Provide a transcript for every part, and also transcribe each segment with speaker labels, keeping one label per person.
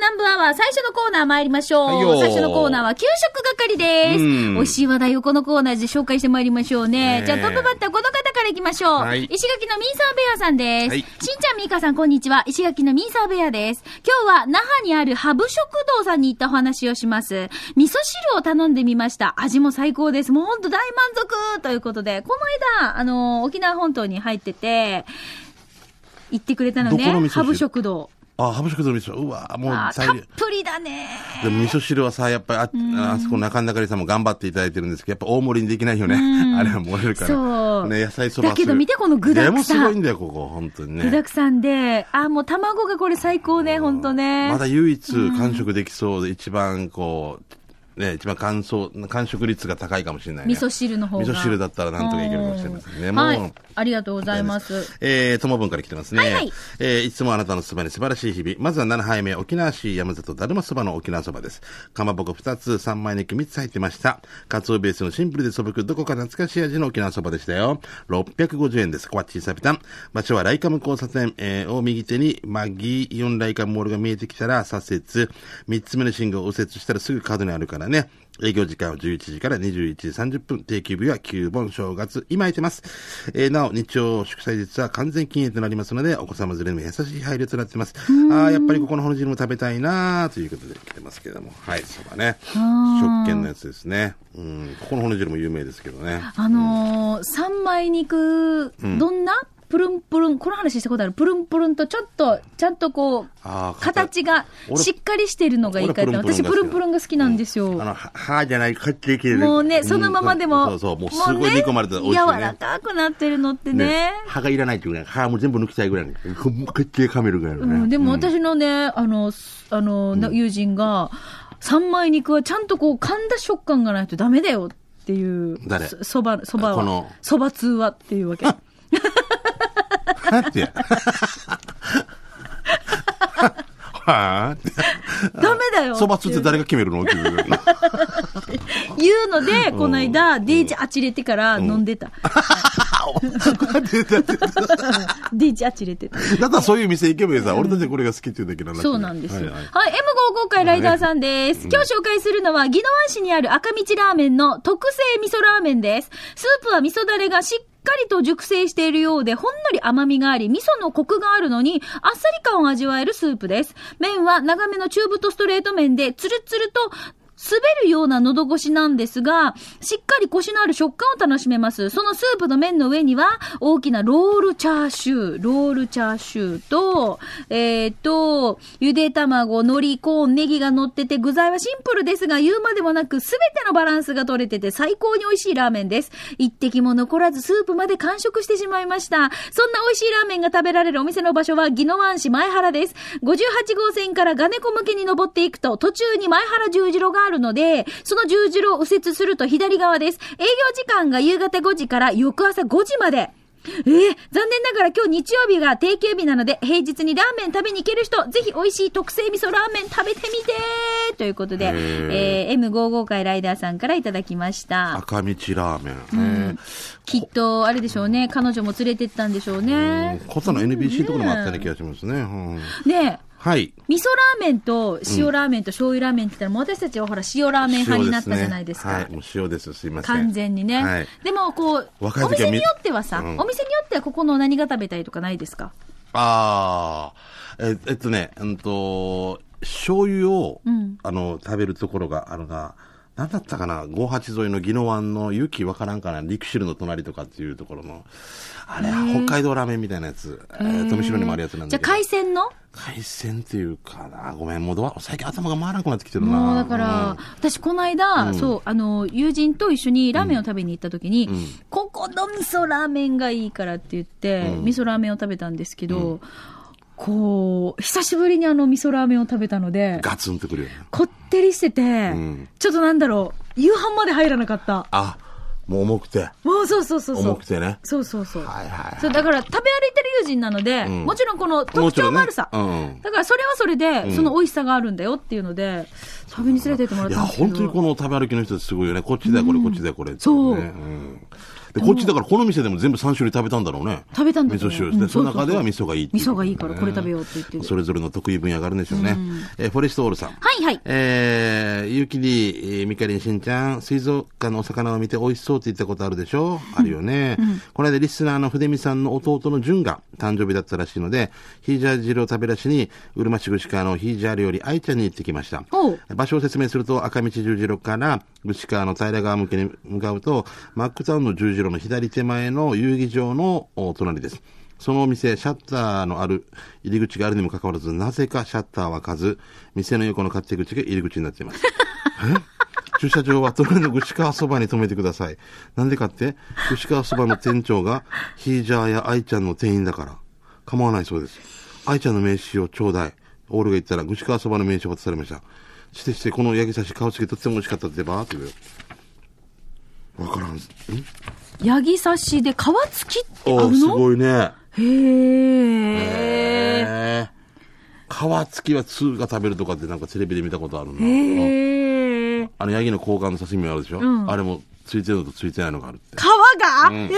Speaker 1: 南部アワー最初のコーナー参りましょう。
Speaker 2: はいよ
Speaker 1: 最初のコーナーは給食係です。
Speaker 2: うん
Speaker 1: 美味しい話題をこのコーナーで紹介して参りましょうね。
Speaker 2: ねえ
Speaker 1: じゃあトップバッターこの方からいきましょう。
Speaker 2: はい
Speaker 1: 石垣のミーサーベアさんです。
Speaker 2: はい
Speaker 1: しんちゃんみーかさんこんにちは。石垣のミーサーベアです。今日は那覇にあるハブ食堂さんに行ったお話をします。味噌汁を頼んでみました。味も最高です。もうほんと大満足ということで、この間、あの、沖縄本島に入ってて、行ってくれたの
Speaker 2: どこの味
Speaker 1: ね。
Speaker 2: 噌汁
Speaker 1: ハブ食堂。
Speaker 2: あ、ハブ食堂の味噌。うわ、もう
Speaker 1: あー
Speaker 2: 最
Speaker 1: たっ
Speaker 2: 良
Speaker 1: ぷりだね。
Speaker 2: でも味噌汁はさ、やっぱりあ、あそこ中ん中里さんも頑張っていただいてるんですけど、やっぱ大盛りにできないよね。
Speaker 1: ん
Speaker 2: あれは漏れるから。
Speaker 1: そう
Speaker 2: ね、野菜そば
Speaker 1: だけど
Speaker 2: する
Speaker 1: 見てこの具だくさん
Speaker 2: でもすごいんだよ、ここ、本当にね。
Speaker 1: 具だくさんで、あー、もう卵がこれ最高ね、ほんとね。
Speaker 2: まだ唯一完食できそうで、一番こう、ね、一番乾燥、完食率が高いかもしれない、ね。
Speaker 1: 味噌汁の方が。
Speaker 2: 味噌汁だったらなんとかいけるかもしれませんね。
Speaker 1: うん
Speaker 2: もう、
Speaker 1: はい。ありがとうございます。
Speaker 2: えー、ともぶんから来てますね。
Speaker 1: はいはい
Speaker 2: えーいつもあなたのそばに素晴らしい日々。まずは7杯目、沖縄市山里だるまそばの沖縄そばです。かまぼこ2つ、3枚肉3つ入ってました。かつおベースのシンプルで素朴、どこか懐かしい味の沖縄そばでしたよ。650円です。こわっちーさびたん。場所はライカム交差点、えーを右手に、マギーイオンライカムモールが見えてきたら左折。3つ目の信号を右折したらすぐ角にあるからね。営業時間は11時から21時30分、定休日は旧盆正月、今空いてます。えーなお、日曜祝祭日は完全禁煙となりますので、お子様連れにも優しい配慮となってます。ああ、やっぱりここの本汁も食べたいなあということで来てますけれども、はい、そばね。食券のやつですね。うん、ここの本汁も有名ですけどね。
Speaker 1: あのー、三枚肉、どんなプルンプルン、この話したことあるプルンプルンと、ちょっと、ちゃんとこう
Speaker 2: あ、ー
Speaker 1: 形が
Speaker 2: 俺
Speaker 1: しっかりしてるのがいいかって、
Speaker 2: 俺
Speaker 1: 私プルンプルンが好きなんです
Speaker 2: あ
Speaker 1: よ。
Speaker 2: の、は歯じゃない、かっちり切れる。
Speaker 1: もうね、そのままでも、
Speaker 2: うんそうそう、もうすごい
Speaker 1: ね
Speaker 2: 煮込まれて美味しい、
Speaker 1: 柔
Speaker 2: ね。
Speaker 1: らかくなってるのってね。
Speaker 2: 歯がいらないっていうぐらい、歯も全部抜きたいぐらいに、ほんまかっちり噛めるぐらいのね。
Speaker 1: うん、でも私のね、あの、すあの、な友人が、三枚肉はちゃんとこう噛んだ食感がないとダメだよっていう。
Speaker 2: 誰
Speaker 1: そそば、そば
Speaker 2: この
Speaker 1: は。そば通話っていうわ け。
Speaker 2: はって。 はあって
Speaker 1: ダメだよ。
Speaker 2: そばつって誰が決めるのっていう
Speaker 1: 言うので、この間、デージあちれてから飲んでた。デージあちれてた。
Speaker 2: だったらそういう店行けばいいさ、俺たちこれが好きっていうだけなんだけど
Speaker 1: そうなんですよ。
Speaker 2: はい
Speaker 1: は
Speaker 2: はい
Speaker 1: い、M55 回ライダーさんです。今日紹介するのは、宜野湾市にある赤道ラーメンの特製味噌ラーメンです。スープは味噌だれがしっかりと熟成しているようで、ほんのり甘みがあり、味噌のコクがあるのに、あっさり感を味わえるスープです。麺は長めの中太ストレート麺で、ツルツルと、滑るような喉越しなんですが、しっかりコシのある食感を楽しめます。そのスープの麺の上には、大きなロールチャーシュー、ロールチャーシューと、えっ、と、ゆで卵、海苔、コーン、ネギが乗ってて、具材はシンプルですが、言うまでもなく、すべてのバランスが取れてて、最高に美味しいラーメンです。一滴も残らず、スープまで完食してしまいました。そんな美味しいラーメンが食べられるお店の場所は、宜野湾市前原です。58号線から金子向けに登っていくと、途中に前原十字路があるので、その十字路を右折すると左側です。営業時間が夕方5時から翌朝5時まで。えー、残念ながら今日日曜日が定休日なので、平日にラーメン食べに行ける人、ぜひ美味しい特製味噌ラーメン食べてみてということで、えー、M55 回ライダーさんからいただきました。
Speaker 2: 赤道ラーメン。ね
Speaker 1: きっと、あれでしょうね、彼女も連れてったんでしょうね。
Speaker 2: こその NBC ところもあったような気がしますね。うん
Speaker 1: ねえ、
Speaker 2: はい。
Speaker 1: 味噌ラーメンと塩ラーメンと醤油ラーメンって言ったら、もう私たちはほら塩ラーメン派になったじゃないですか。
Speaker 2: 塩ねはい、もう塩です。すいません。
Speaker 1: 完全にね、
Speaker 2: はい。
Speaker 1: でもこう、お
Speaker 2: 若い時は
Speaker 1: 店に
Speaker 2: み
Speaker 1: よってはさ、
Speaker 2: うん
Speaker 1: お店によってはここの何が食べたいとかないですか
Speaker 2: ああ、え、えっとね、うんと、醤油を、
Speaker 1: うん
Speaker 2: あの、食べるところがあるが、なんだったかな、五八沿いの宜野湾の雪わからんかな、陸汁の隣とかっていうところの、あれ、北海道ラーメンみたいなやつ、えー、富城にもあるやつなん
Speaker 1: じゃ
Speaker 2: だ
Speaker 1: あ
Speaker 2: けど。
Speaker 1: 海鮮の
Speaker 2: 海鮮っていうかな、ごめん、もうどわ最近頭が回らなくなってきてるな。
Speaker 1: もうだから、
Speaker 2: うん
Speaker 1: 私この間、そう、あの、友人と一緒にラーメンを食べに行った時に、
Speaker 2: ん
Speaker 1: ここの味噌ラーメンがいいからって言って、
Speaker 2: うん
Speaker 1: 味噌ラーメンを食べたんですけど、こう、久しぶりにあの味噌ラーメンを食べたので、
Speaker 2: ガツンとくるよね。
Speaker 1: こってりしてて、
Speaker 2: ん
Speaker 1: ちょっとなんだろう、夕飯まで入らなかった。
Speaker 2: あ、もう重くて、
Speaker 1: もうそうそうそうそう。
Speaker 2: 重くてね。
Speaker 1: そうそうそう。
Speaker 2: はいはい
Speaker 1: そうだから食べ歩いてる友人なので、
Speaker 2: ん
Speaker 1: もちろんこの特
Speaker 2: もちろ
Speaker 1: 徴
Speaker 2: ん
Speaker 1: も
Speaker 2: ね
Speaker 1: あるさ。
Speaker 2: うん
Speaker 1: だからそれはそれで、その美味しさがあるんだよっていうので、食べに連れて行ってもらっ
Speaker 2: いや、
Speaker 1: たんですけど。
Speaker 2: 本当にこの食べ歩きの人ってすごいよね。こっちだよ、これ、こっちだよ、これっていね。
Speaker 1: そう
Speaker 2: うんで、こっちだからこの店でも全部3種類食べたんだろうね。
Speaker 1: 食べたんだ
Speaker 2: 味
Speaker 1: けど
Speaker 2: 噌汁ですね。
Speaker 1: うん
Speaker 2: そうの
Speaker 1: うう
Speaker 2: 中では味噌がいいってい
Speaker 1: 味
Speaker 2: うと
Speaker 1: 噌
Speaker 2: ね
Speaker 1: がいいからこれ食べようって言ってる。
Speaker 2: それぞれの得意分野があるんでしょうね。えーフォレストオールさん。
Speaker 1: はいはい
Speaker 2: えー、ゆうきり、えーみかりんしんちゃん、水族館のお魚を見て美味しそうって言ったことあるでしょあるよね。この間リスナーの筆見さんの弟の淳が誕生日だったらしいので、ヒージャー汁を食べらしに、うるま市串川のヒージャー料理愛ちゃんに行ってきました。
Speaker 1: おう
Speaker 2: 場所を説明すると、赤道十字路から、串川の平川向けに向かうと、マックタウンの十字路の左手前の遊技場のお隣です。そのお店、シャッターのある入り口があるにもかかわらず、なぜかシャッターは開かず、店の横の勝手口が入り口になっています。駐車場は隣の串川そばに止めてください。なんでかって、串川そばの店長が、ヒージャーや愛ちゃんの店員だから。構わないそうです。愛ちゃんの名刺をちょうだい。オールが言ったら、串川そばの名刺を渡されました。してして、この八木刺し顔つけとっても美味しかったってばーって言うよわからん。ん
Speaker 1: ヤギ刺しで皮付きってあ
Speaker 2: お
Speaker 1: る
Speaker 2: ーす
Speaker 1: の
Speaker 2: ごいね。
Speaker 1: へえ。
Speaker 2: 皮付きは通が食べるとかってなんかテレビで見たことあるな。
Speaker 1: へえ。
Speaker 2: あの、ヤギの交換の刺身あるでしょ、
Speaker 1: ん
Speaker 2: あれも、ついてるのとついてないのがあるって。
Speaker 1: 皮が、え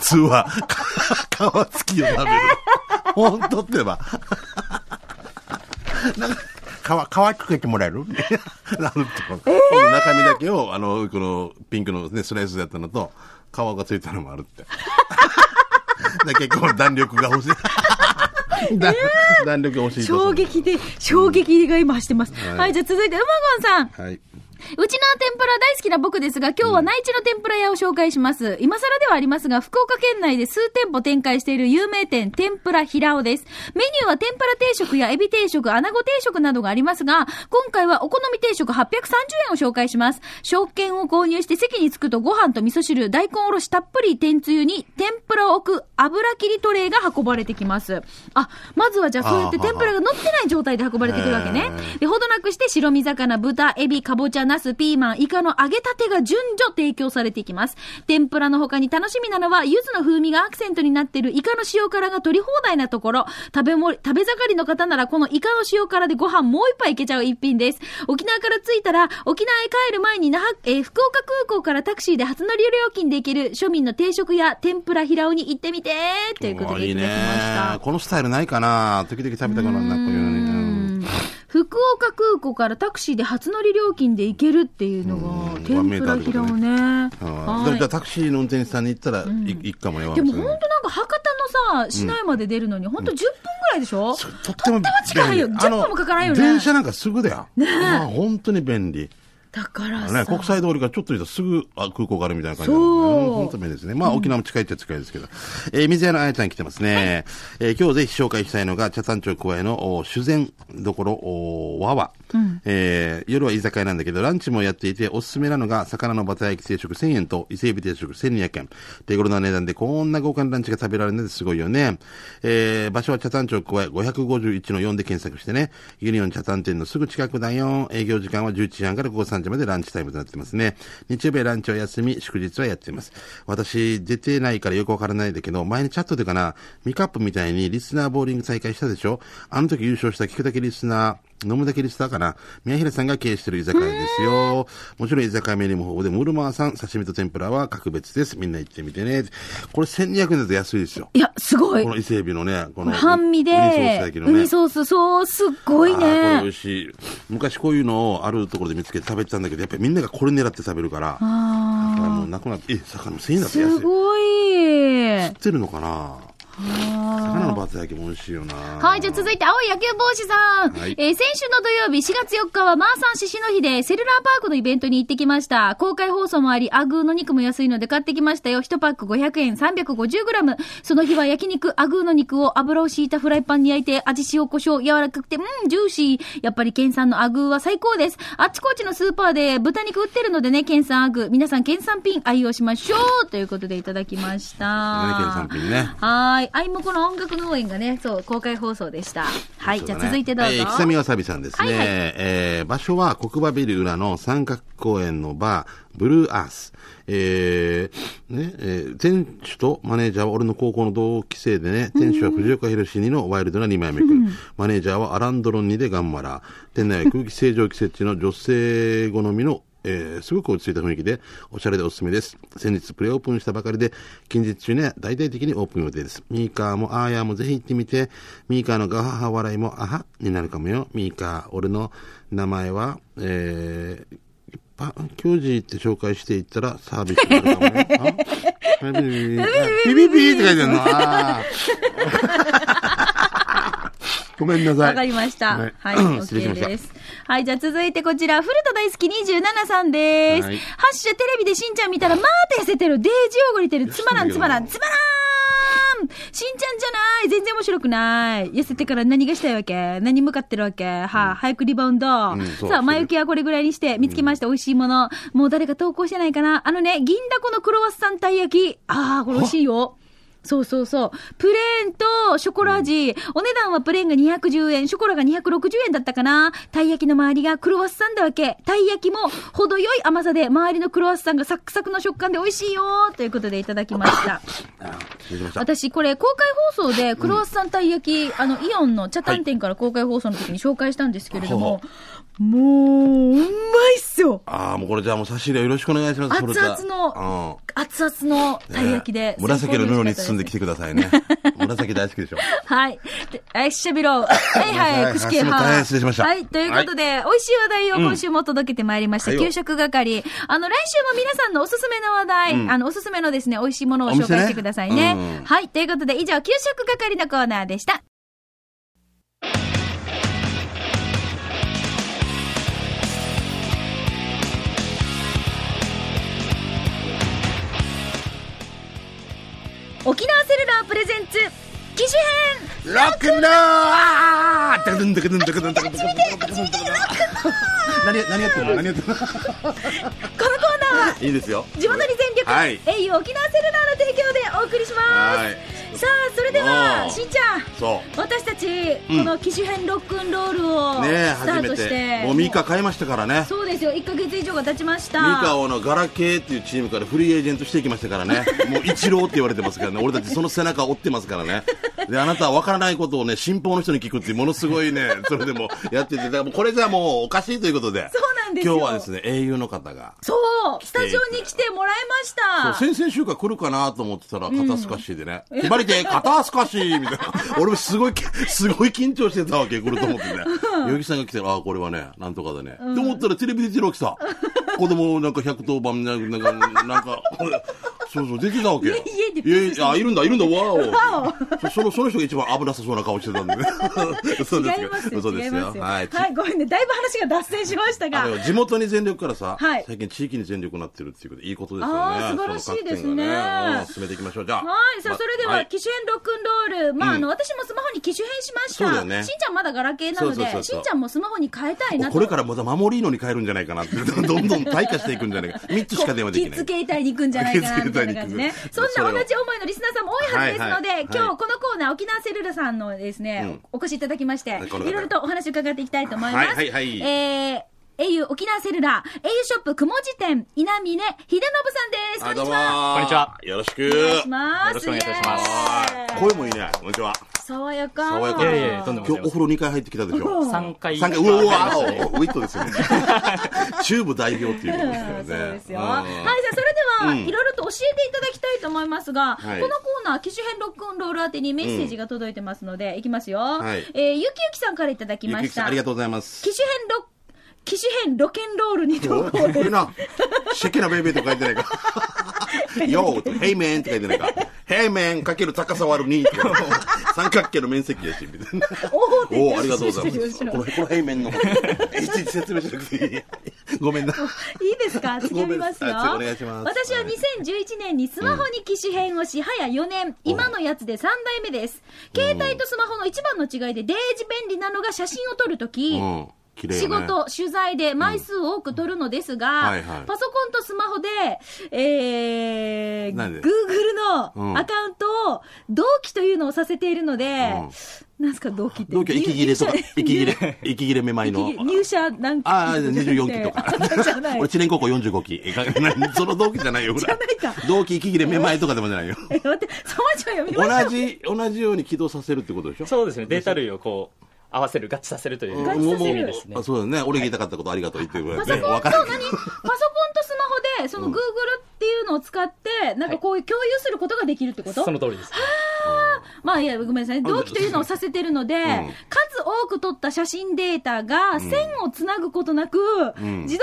Speaker 2: 通は、 皮付きを食べる。本当ってば。 なんか、皮、皮かけてもらえる なるってこと。中身だけを、あの、この、ピンクのね、スライスやったのと、皮が付いたのもあるって。 で結構弾力が欲しい。 弾弾力が欲しいと
Speaker 1: 衝撃で、衝撃が今走ってます。はい、じゃあ続いて、うまごんさん。
Speaker 2: はい。
Speaker 1: うちの天ぷら大好きな僕ですが、今日は内地の天ぷら屋を紹介します。今更ではありますが、福岡県内で数店舗展開している有名店、天ぷら平尾です。メニューは天ぷら定食やエビ定食、穴子定食などがありますが、今回はお好み定食830円を紹介します。食券を購入して席に着くとご飯と味噌汁、大根おろしたっぷり天つゆに、天ぷらを置く油切りトレイが運ばれてきます。あ、まずはじゃあそうやって天ぷらが乗ってない状態で運ばれてくるわけね。で、ほどなくして白身魚、豚、エビ、かぼちゃ、ナス、ピーマン、イカの揚げたてが順序提供されていきます。天ぷらの他に楽しみなのは、柚子の風味がアクセントになっているイカの塩辛が取り放題なところ、食べもり、食べ盛りの方ならこのイカの塩辛でご飯もう一杯いけちゃう一品です。沖縄から着いたら、沖縄へ帰る前に那覇、えー福岡空港からタクシーで初乗り料金で行ける庶民の定食や天ぷら平尾に行ってみてということ
Speaker 2: お
Speaker 1: で
Speaker 2: ーいい
Speaker 1: いただきました
Speaker 2: ね。。このスタイルないかな時々食べたくなるな、こういうのね。うん
Speaker 1: 福岡空港からタクシーで初乗り料金で行けるっていうのが、天ぷら平尾ね。
Speaker 2: うんでもじゃあ
Speaker 1: は
Speaker 2: タクシーの運転手さんに行ったら、い行くかもよ。
Speaker 1: い。でも
Speaker 2: それ
Speaker 1: 本当なんか博多のさ、市内まで出るのに、本当10分ぐらいでしょ
Speaker 2: とっても
Speaker 1: とっても近いよ
Speaker 2: 便利
Speaker 1: 10分もかからんよね
Speaker 2: あの電車なんかすぐだよ。ね本当に便利。
Speaker 1: だから
Speaker 2: ね、
Speaker 1: さ。
Speaker 2: 国際通りからちょっと行ったらすぐあ空港があるみたいな感
Speaker 1: そ
Speaker 2: じな
Speaker 1: うん
Speaker 2: で、本当便利ですね。まあ、沖縄も近いっちゃ近いですけど。えー水谷のあやちゃん来てますね。えー今日ぜひ紹介したいのが、茶山町加えのお修善どころ、おわわ。えー夜は居酒屋なんだけど、ランチもやっていて、おすすめなのが、魚のバター焼き定食1000円と、伊勢海老定食1200円。手頃な値段で、こんな豪華なランチが食べられるのですごいよね。えー場所は茶山町加え551の4で検索してね、ユニオン茶山店のすぐ近くだよ。営業時間は11時半から午後3時までランチタイムとなってますね。日曜日はランチは休み、祝日はやってます。私、出てないからよくわからないんだけど、前にチャットでかな、ミカップみたいにリスナーボーリング大会したでしょあの時優勝した聞くだけリスナー、飲むだけリスナーかな宮平さんが経営してる居酒屋ですよ。もちろん居酒屋メニューも豊富で、ムルマーさん、刺身と天ぷらは格別です。みんな行ってみてね。これ1200円だと安いですよ。
Speaker 1: いや、すごい
Speaker 2: こ。の伊勢海老のね、この。
Speaker 1: 半身
Speaker 2: ウニソースだ
Speaker 1: で
Speaker 2: け、ど
Speaker 1: ウ
Speaker 2: ね。
Speaker 1: ニソース、そう、すっごい
Speaker 2: あーこれ美
Speaker 1: ね。
Speaker 2: 味しい。昔こういうのをあるところで見つけて食べてたんだけど、やっぱりみんながこれ狙って食べるか
Speaker 1: あ
Speaker 2: ら、だからもうなくなって、え、魚1000円だ
Speaker 1: ー
Speaker 2: って安い。
Speaker 1: す
Speaker 2: 売
Speaker 1: ごい。
Speaker 2: ってるのかな魚のバター焼きも美味しいよな。
Speaker 1: はい、じゃあ続いて、青い野球帽子さん。
Speaker 2: はい
Speaker 1: えー先週の土曜日、4月4日は、マーサン獅子の日で、セルラーパークのイベントに行ってきました。公開放送もあり、アグーの肉も安いので買ってきましたよ。1パック500円、350g。その日は焼肉、アグーの肉を油を敷いたフライパンに焼いて、味塩、胡椒、柔らかくて、うん、ジューシー。やっぱり、県産のアグーは最高です。あっちこっちのスーパーで豚肉売ってるのでね、県産アグー。皆さん、県産ピン愛用しましょう。ということで、いただきました。
Speaker 2: ね県産品ね
Speaker 1: はーい。あいもこの音楽農園がね、そう、公開放送でした。はい。
Speaker 2: そう
Speaker 1: じ
Speaker 2: だ
Speaker 1: ゃあ
Speaker 2: ね
Speaker 1: 続いてどうぞ。
Speaker 2: えー刻みわさびさんですね。
Speaker 1: はいはい
Speaker 2: えー場所は国場ビル裏の三角公園のバー、ブルーアース。えーね、えー店主とマネージャーは俺の高校の同期生でね、店主は藤岡弘にのワイルドな二枚目くん。マネージャーはアランドロンニでガンマラ。店内は空気清浄機設置の女性好みのえーすごく落ち着いた雰囲気で、おしゃれでおすすめです。先日プレオープンしたばかりで、近日中には大々的にオープン予定です。ミーカーもアーヤーもぜひ行ってみて、ミーカーのガハハ笑いもアハになるかもよ。ミーカー、俺の名前は、えー、一般教授って紹介していったらサービスになるかもね。あビビビビビビビビって書いてあるの。あーごめんなさい。
Speaker 1: わかりました。はい、
Speaker 2: 失礼し
Speaker 1: OK
Speaker 2: ました
Speaker 1: で。す。はい、じゃあ続いてこちら、古田大好き27さんです。
Speaker 2: はい
Speaker 1: ハッシュテレビでしんちゃん見たら、まーて痩せてる、デージ汚れてる、つまらん、つまらん、つまらんしんちゃんじゃない全然面白くない痩せてから何がしたいわけ何向かってるわけはあ、早くリバウンド、
Speaker 2: うんそう
Speaker 1: さあ、前置きはこれぐらいにして、見つけました、美味しいもの。もう誰か投稿してないかなあのね、銀だこのクロワッサンたい焼き。ああ、これ美味しいよ。そうそうそう。プレーンとショコラ味。お値段はプレーンが210円、ショコラが260円だったかな。たい焼きの周りがクロワッサンだわけ。たい焼きも程よい甘さで、周りのクロワッサンがサクサクの食感で美味しいよということでいただきました。
Speaker 2: あー失礼しました。
Speaker 1: 私、これ、公開放送で、クロワッサンたい焼き、あの、イオンの茶炭店から公開放送の時に紹介したんですけれども、
Speaker 2: は
Speaker 1: もう、うまいっすよ
Speaker 2: ああ、もうこれじゃあもう差し入れよろしくお願いします。
Speaker 1: 熱々の、熱々の
Speaker 2: うん
Speaker 1: たい焼きで
Speaker 2: ね。紫の布に包んでき
Speaker 1: て。
Speaker 2: てくださいね。紫大好きでしょ。
Speaker 1: はい。でえ、しゃべろう。はいはい、くしけ
Speaker 2: あすいませ
Speaker 1: は
Speaker 2: ん。失礼しました
Speaker 1: はい、ということで、美味しい話題を今週も届けてまいりました。
Speaker 2: はいよ
Speaker 1: 給食係。あの、来週も皆さんのおすすめの話題、あの、おすすめのですね、美味しいものを
Speaker 2: お
Speaker 1: 紹
Speaker 2: 店ね
Speaker 1: 介してくださいね。
Speaker 2: うん
Speaker 1: はい、ということで、以上、給食係のコーナーでした。沖縄セルラープレゼンツ、機種編
Speaker 2: ロックンローあーダクンダクンダクンダクンダクンダクンダクン何何やってるの何やってるの
Speaker 1: このコーナーはい
Speaker 2: いですよ。
Speaker 1: 地元に全力、
Speaker 2: はい
Speaker 1: 英雄沖縄セルラーの提供でお送りしま
Speaker 2: は
Speaker 1: すさあそれでは
Speaker 2: おー
Speaker 1: しんちゃん
Speaker 2: そ
Speaker 1: 私たち、
Speaker 2: う
Speaker 1: こ
Speaker 2: ん
Speaker 1: の機種編ロックンロールを
Speaker 2: う。ねえ、
Speaker 1: スタ
Speaker 2: 初
Speaker 1: ー
Speaker 2: め
Speaker 1: トして,、
Speaker 2: て。もうミカ買いましたからね。
Speaker 1: そうですよ1か月以上が経ちました
Speaker 2: ミカをあのガラケーっていうチームからフリーエージェントしていきましたか らね、もう一郎って言われてますからね、俺たちその背中を追ってますからね、であなたは分からないことをね、信奉の人に聞くっていう、ものすごいね、それでもやってて、だからもうこれじゃもうおかしいということで、
Speaker 1: そうなんですよ
Speaker 2: 今日はですね、英雄の方が、
Speaker 1: そうスタジオに来てもらいました
Speaker 2: そう先々週から来るかなと思ってたら、肩すかしでね、決まり 手、肩すかしみたいな、俺もすごい、すごい緊張してたわけ、来ると思ってね、余木さんが来て、ああ、これはね、なんとかだね。って思ったら、テレビ出てるわけさ、子供なんか110番なんか、なんか、なんかそうそう、出てたわけよ。
Speaker 1: 家で
Speaker 2: いやいや、あいるんだ、いる んだ、わーおそその、その人が一番危なさそうな顔してたん でね。そうです
Speaker 1: 違い
Speaker 2: よ
Speaker 1: ます。
Speaker 2: そ
Speaker 1: よ
Speaker 2: うで
Speaker 1: 違い
Speaker 2: す
Speaker 1: ます
Speaker 2: よ。
Speaker 1: よ
Speaker 2: は
Speaker 1: はいい、。ごめんねだいぶ話が脱線しましたが
Speaker 2: あの地元に全力からさ、
Speaker 1: はい
Speaker 2: 最近地域に全力になってるっていうこといいことですよね
Speaker 1: あー素晴らしいですね
Speaker 2: その観点がうん進めていきましょうじゃあ
Speaker 1: はい。さあ、
Speaker 2: ま
Speaker 1: それで
Speaker 2: は
Speaker 1: は、
Speaker 2: い
Speaker 1: 機種変ロックンロール。まあ、
Speaker 2: うん
Speaker 1: あの、私もスマホに機種変しまし
Speaker 2: そうだよ
Speaker 1: た。
Speaker 2: ね
Speaker 1: しんちゃんまだガラケーなの
Speaker 2: そうそうそうそ
Speaker 1: で、しん
Speaker 2: う
Speaker 1: ちゃんもスマホに変えたいなと。
Speaker 2: これからまた守りのに変えるんじゃないかなってどんどん退化していくんじゃないか3つしか電話できな
Speaker 1: キッズ
Speaker 2: い
Speaker 1: 携帯に行くんじゃないかなみたいな感じね
Speaker 2: キッズ携帯に行。く
Speaker 1: そんな同じ思いのリスナーさんも多いはずですので、
Speaker 2: はいはい
Speaker 1: 今日このコーナー、沖縄セルラさんのですね、
Speaker 2: うん
Speaker 1: お越しいただきまして、
Speaker 2: はい
Speaker 1: い
Speaker 2: この
Speaker 1: ろ
Speaker 2: 方
Speaker 1: いろとお話伺っていきたいと思います。
Speaker 2: はいはいはい
Speaker 1: えー英雄沖縄セルラー、英雄ショップくもじ店、稲峰秀信さんです。こんにちは。
Speaker 2: こ
Speaker 3: こんにちは
Speaker 2: よろし
Speaker 1: お
Speaker 2: く
Speaker 1: 願いします。
Speaker 3: よろしくお願いいたします
Speaker 2: は
Speaker 1: イエー
Speaker 2: い
Speaker 1: イ
Speaker 2: 声もいいねこんにちは
Speaker 1: 爽やか。
Speaker 2: 爽やか
Speaker 3: いやいやとんで
Speaker 2: 今日
Speaker 3: も
Speaker 2: お風呂2回入ってきたでしょ
Speaker 3: 3回
Speaker 2: 3回うわうわおウィットで すよねチューブ代表っていうことですよ
Speaker 1: う
Speaker 2: ね
Speaker 1: んそうですよ。
Speaker 2: うん
Speaker 1: はい、じゃあそれでは、
Speaker 2: うん
Speaker 1: いろいろと教えていただきたいと思いますが、
Speaker 2: はい
Speaker 1: このコーナー、機種編ロックンロール宛てにメッセージが届いてますので、いきますよ。
Speaker 2: はい
Speaker 1: えーゆきゆきさんからいただき
Speaker 2: ゆ
Speaker 1: ま
Speaker 2: きゆき
Speaker 1: し
Speaker 2: さん
Speaker 1: た。
Speaker 2: ありが
Speaker 1: 機
Speaker 2: とうございます
Speaker 1: 種編ロ機種編ロケンロールに投稿
Speaker 2: お
Speaker 1: です。
Speaker 2: いな。シェケなベイベーとか書いて ないか。ヨーヘイメンって書いてないか。ヘイメンかける高さ割る2って書いてない三角形の面積やし、みたいな。
Speaker 1: おー
Speaker 2: おお、ありがとうござい
Speaker 1: 後
Speaker 2: ま
Speaker 1: ろ
Speaker 2: す。
Speaker 1: 後
Speaker 2: こ
Speaker 1: ろ
Speaker 2: の、
Speaker 1: 後
Speaker 2: こ
Speaker 1: ろ
Speaker 2: の平面 の。いちいち説明しなくていい。ごめんな。
Speaker 1: いいです か次読みますよ。
Speaker 2: ごめんなさいお願いします
Speaker 1: 私は2011年にスマホに機種変をし、早4年、今のやつで3代目です。携帯とスマホの一番の違いで、デージ便利なのが写真を撮るとき、
Speaker 2: うん。綺麗
Speaker 1: 仕
Speaker 2: よね。
Speaker 1: 事、取材で枚数を多く取るのですが、
Speaker 2: うんはいはい
Speaker 1: パソコンとスマホで、えー、
Speaker 2: なんで
Speaker 1: Google のアカウントを同期というのをさせているので、なんですか同期って。
Speaker 2: 同期は息切れとか、息切れ、息切れめまいの
Speaker 1: 入。入社何期
Speaker 2: ああ、24期と
Speaker 1: あじゃな
Speaker 2: か。
Speaker 1: い
Speaker 2: 俺、知念高校45期。えか何その同期じゃないよ、ほら
Speaker 1: じゃないか
Speaker 2: 同期息切れめまいとかでもじゃないよ。
Speaker 1: え、待って、そばちゃん読みましょう。
Speaker 2: 同じ、同じように起動させるってことでしょ
Speaker 3: そうですね、データ類をこう、合わせる合致させるという
Speaker 1: 合致させる
Speaker 3: 意味ですね
Speaker 2: あそうだね。俺が言いたかったことありがとう言ってくれ
Speaker 1: パ
Speaker 2: て
Speaker 1: ソコンと
Speaker 2: わ
Speaker 1: 何パ
Speaker 2: か
Speaker 1: ソコン
Speaker 2: らんけど
Speaker 1: とスマホで、その Google っていうのを使って、なんかこういう共有することができるってこと
Speaker 3: その通りです
Speaker 1: まあいや、ごめんなさい。同期というのをさせてるので、数多く撮った写真データが線をつなぐことなく、
Speaker 2: ん
Speaker 1: 自動的に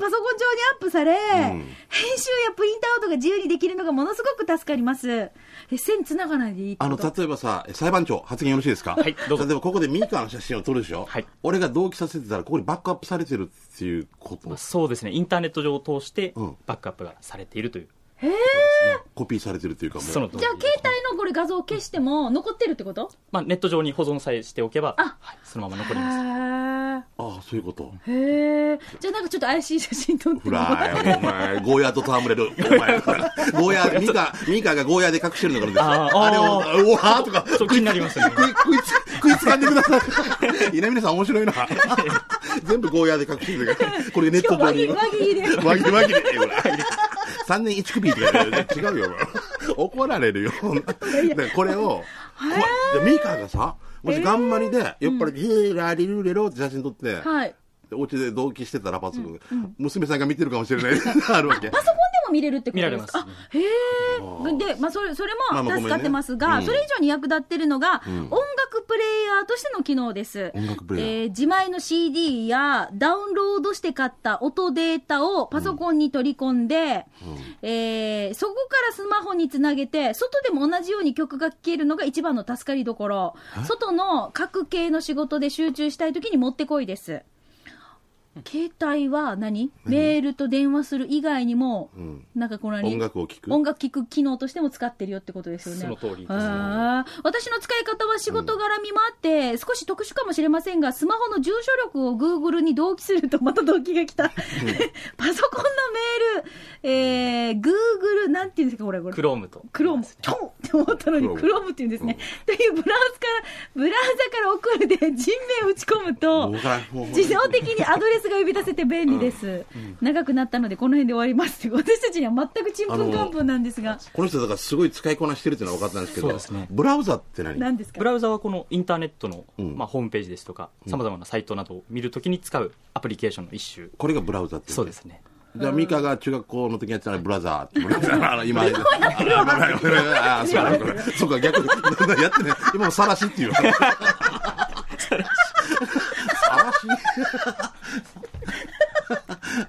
Speaker 1: パソコン上にアップされ、編集やプリントアウトが自由にできるのがものすごく助かります。え線つながないでいいって
Speaker 2: あ
Speaker 1: こ
Speaker 2: の、
Speaker 1: と
Speaker 2: 例えばさ、裁判長、発言よろしいですか
Speaker 3: はいどうぞ
Speaker 2: 例えばここでミカの写真を撮るでしょ
Speaker 3: はい
Speaker 2: 俺が同期させてたら、ここにバックアップされてるっていうこと、
Speaker 3: そうですねインターネット上を通して
Speaker 2: うん
Speaker 3: バックアップがされているという、
Speaker 2: コピーされてるというか、も
Speaker 3: その
Speaker 2: う。
Speaker 3: 通り
Speaker 1: じゃあ、携帯のこれ画像を消しても残ってるってこと
Speaker 3: まあ、ネット上に保存さえしておけば、
Speaker 1: あ
Speaker 3: はい、そのまま
Speaker 1: へ
Speaker 3: 残ります
Speaker 1: ー。
Speaker 2: ああ、そういうこと。
Speaker 1: へえ。じゃあなんかちょっと怪しい写真撮って
Speaker 2: フ
Speaker 1: も
Speaker 2: ライ、お前、ゴーヤーと戯 れる、お前、ゴーヤー、ミカ、ミカがゴーヤーで隠してるのがあるんです
Speaker 3: あ
Speaker 2: よ。
Speaker 3: ー
Speaker 2: あれを、うわーとか、
Speaker 3: そう気になりますね
Speaker 2: 食い、食いつ、食いつかんでください。稲峰さん面 白いな。全部ゴーヤーで隠してるから、これネット上に。
Speaker 1: 今日輪切り輪切 りで
Speaker 2: 輪切り、輪切りで、ほら。3年1組って言われて違うよ、お前怒られるよ。だからこれを、こうでミカがさ、もし頑張りで、酔っ払って、ヒーラーリルレロって写真撮って、
Speaker 1: はい。
Speaker 2: でお家で同期してたらパソコン、娘さんが見てるかもし れないあるわけ
Speaker 1: パソコンでも見れるってことですか
Speaker 3: 見られます
Speaker 1: あへえ。で、まあ、それ、それ
Speaker 2: まあ
Speaker 1: も
Speaker 2: まあご
Speaker 1: 助
Speaker 2: めんね
Speaker 1: かってますが、
Speaker 2: うん
Speaker 1: それ以上に役立ってるのが、音楽プレイヤーとしての機能です。
Speaker 2: 音楽プレイヤー
Speaker 1: えー自前の CD やダウンロードして買った音データをパソコンに取り込んで、えーそこからスマホにつなげて、外でも同じように曲が聴けるのが一番の助かりどころ。外の各系の仕事で集中したい時にもってこいです。携帯は何メールと電話する以外にも、
Speaker 2: ん
Speaker 1: なんかこの何
Speaker 2: 音楽を聴く
Speaker 1: 音楽聴く機能としても使ってるよってことですよね。
Speaker 3: その通りです
Speaker 1: あー私の使い方は仕事絡みもあって、少し特殊かもしれませんが、スマホの住所力を Google に同期すると、また同期が来 た。パソコンのメール、えー、Google、なんていうんですか、これ、これ。
Speaker 3: クロームと
Speaker 1: クローム、チョンって思ったのに、クロームって言うんですね。というブラウスから、ブラウザから送るで人名打ち込むと、
Speaker 2: もうからんもう
Speaker 1: 自動的にアドレスが呼び出せて便利です。長くなったので、この辺で終わります。 私たちには全くちんぷんかんぷんなんですが、
Speaker 2: この人だからすごい使いこなしてるっていうのは分かったんですけど
Speaker 3: そうですね
Speaker 2: ブラウザって何
Speaker 1: 何ですか
Speaker 3: ブラウザはこのインターネットの、
Speaker 2: うん
Speaker 3: まあ、ホームページですとかさまざまなサイトなどを見るときに使うアプリケーションの一種、
Speaker 2: これがブラウザってい
Speaker 3: そうですね
Speaker 2: じゃあミカが中学校の時にやってたのはブラザーってブラザ ーあの今ああごめんごめんごめん ああそうかごめんそうか逆に やってね今もさらしっていう さらし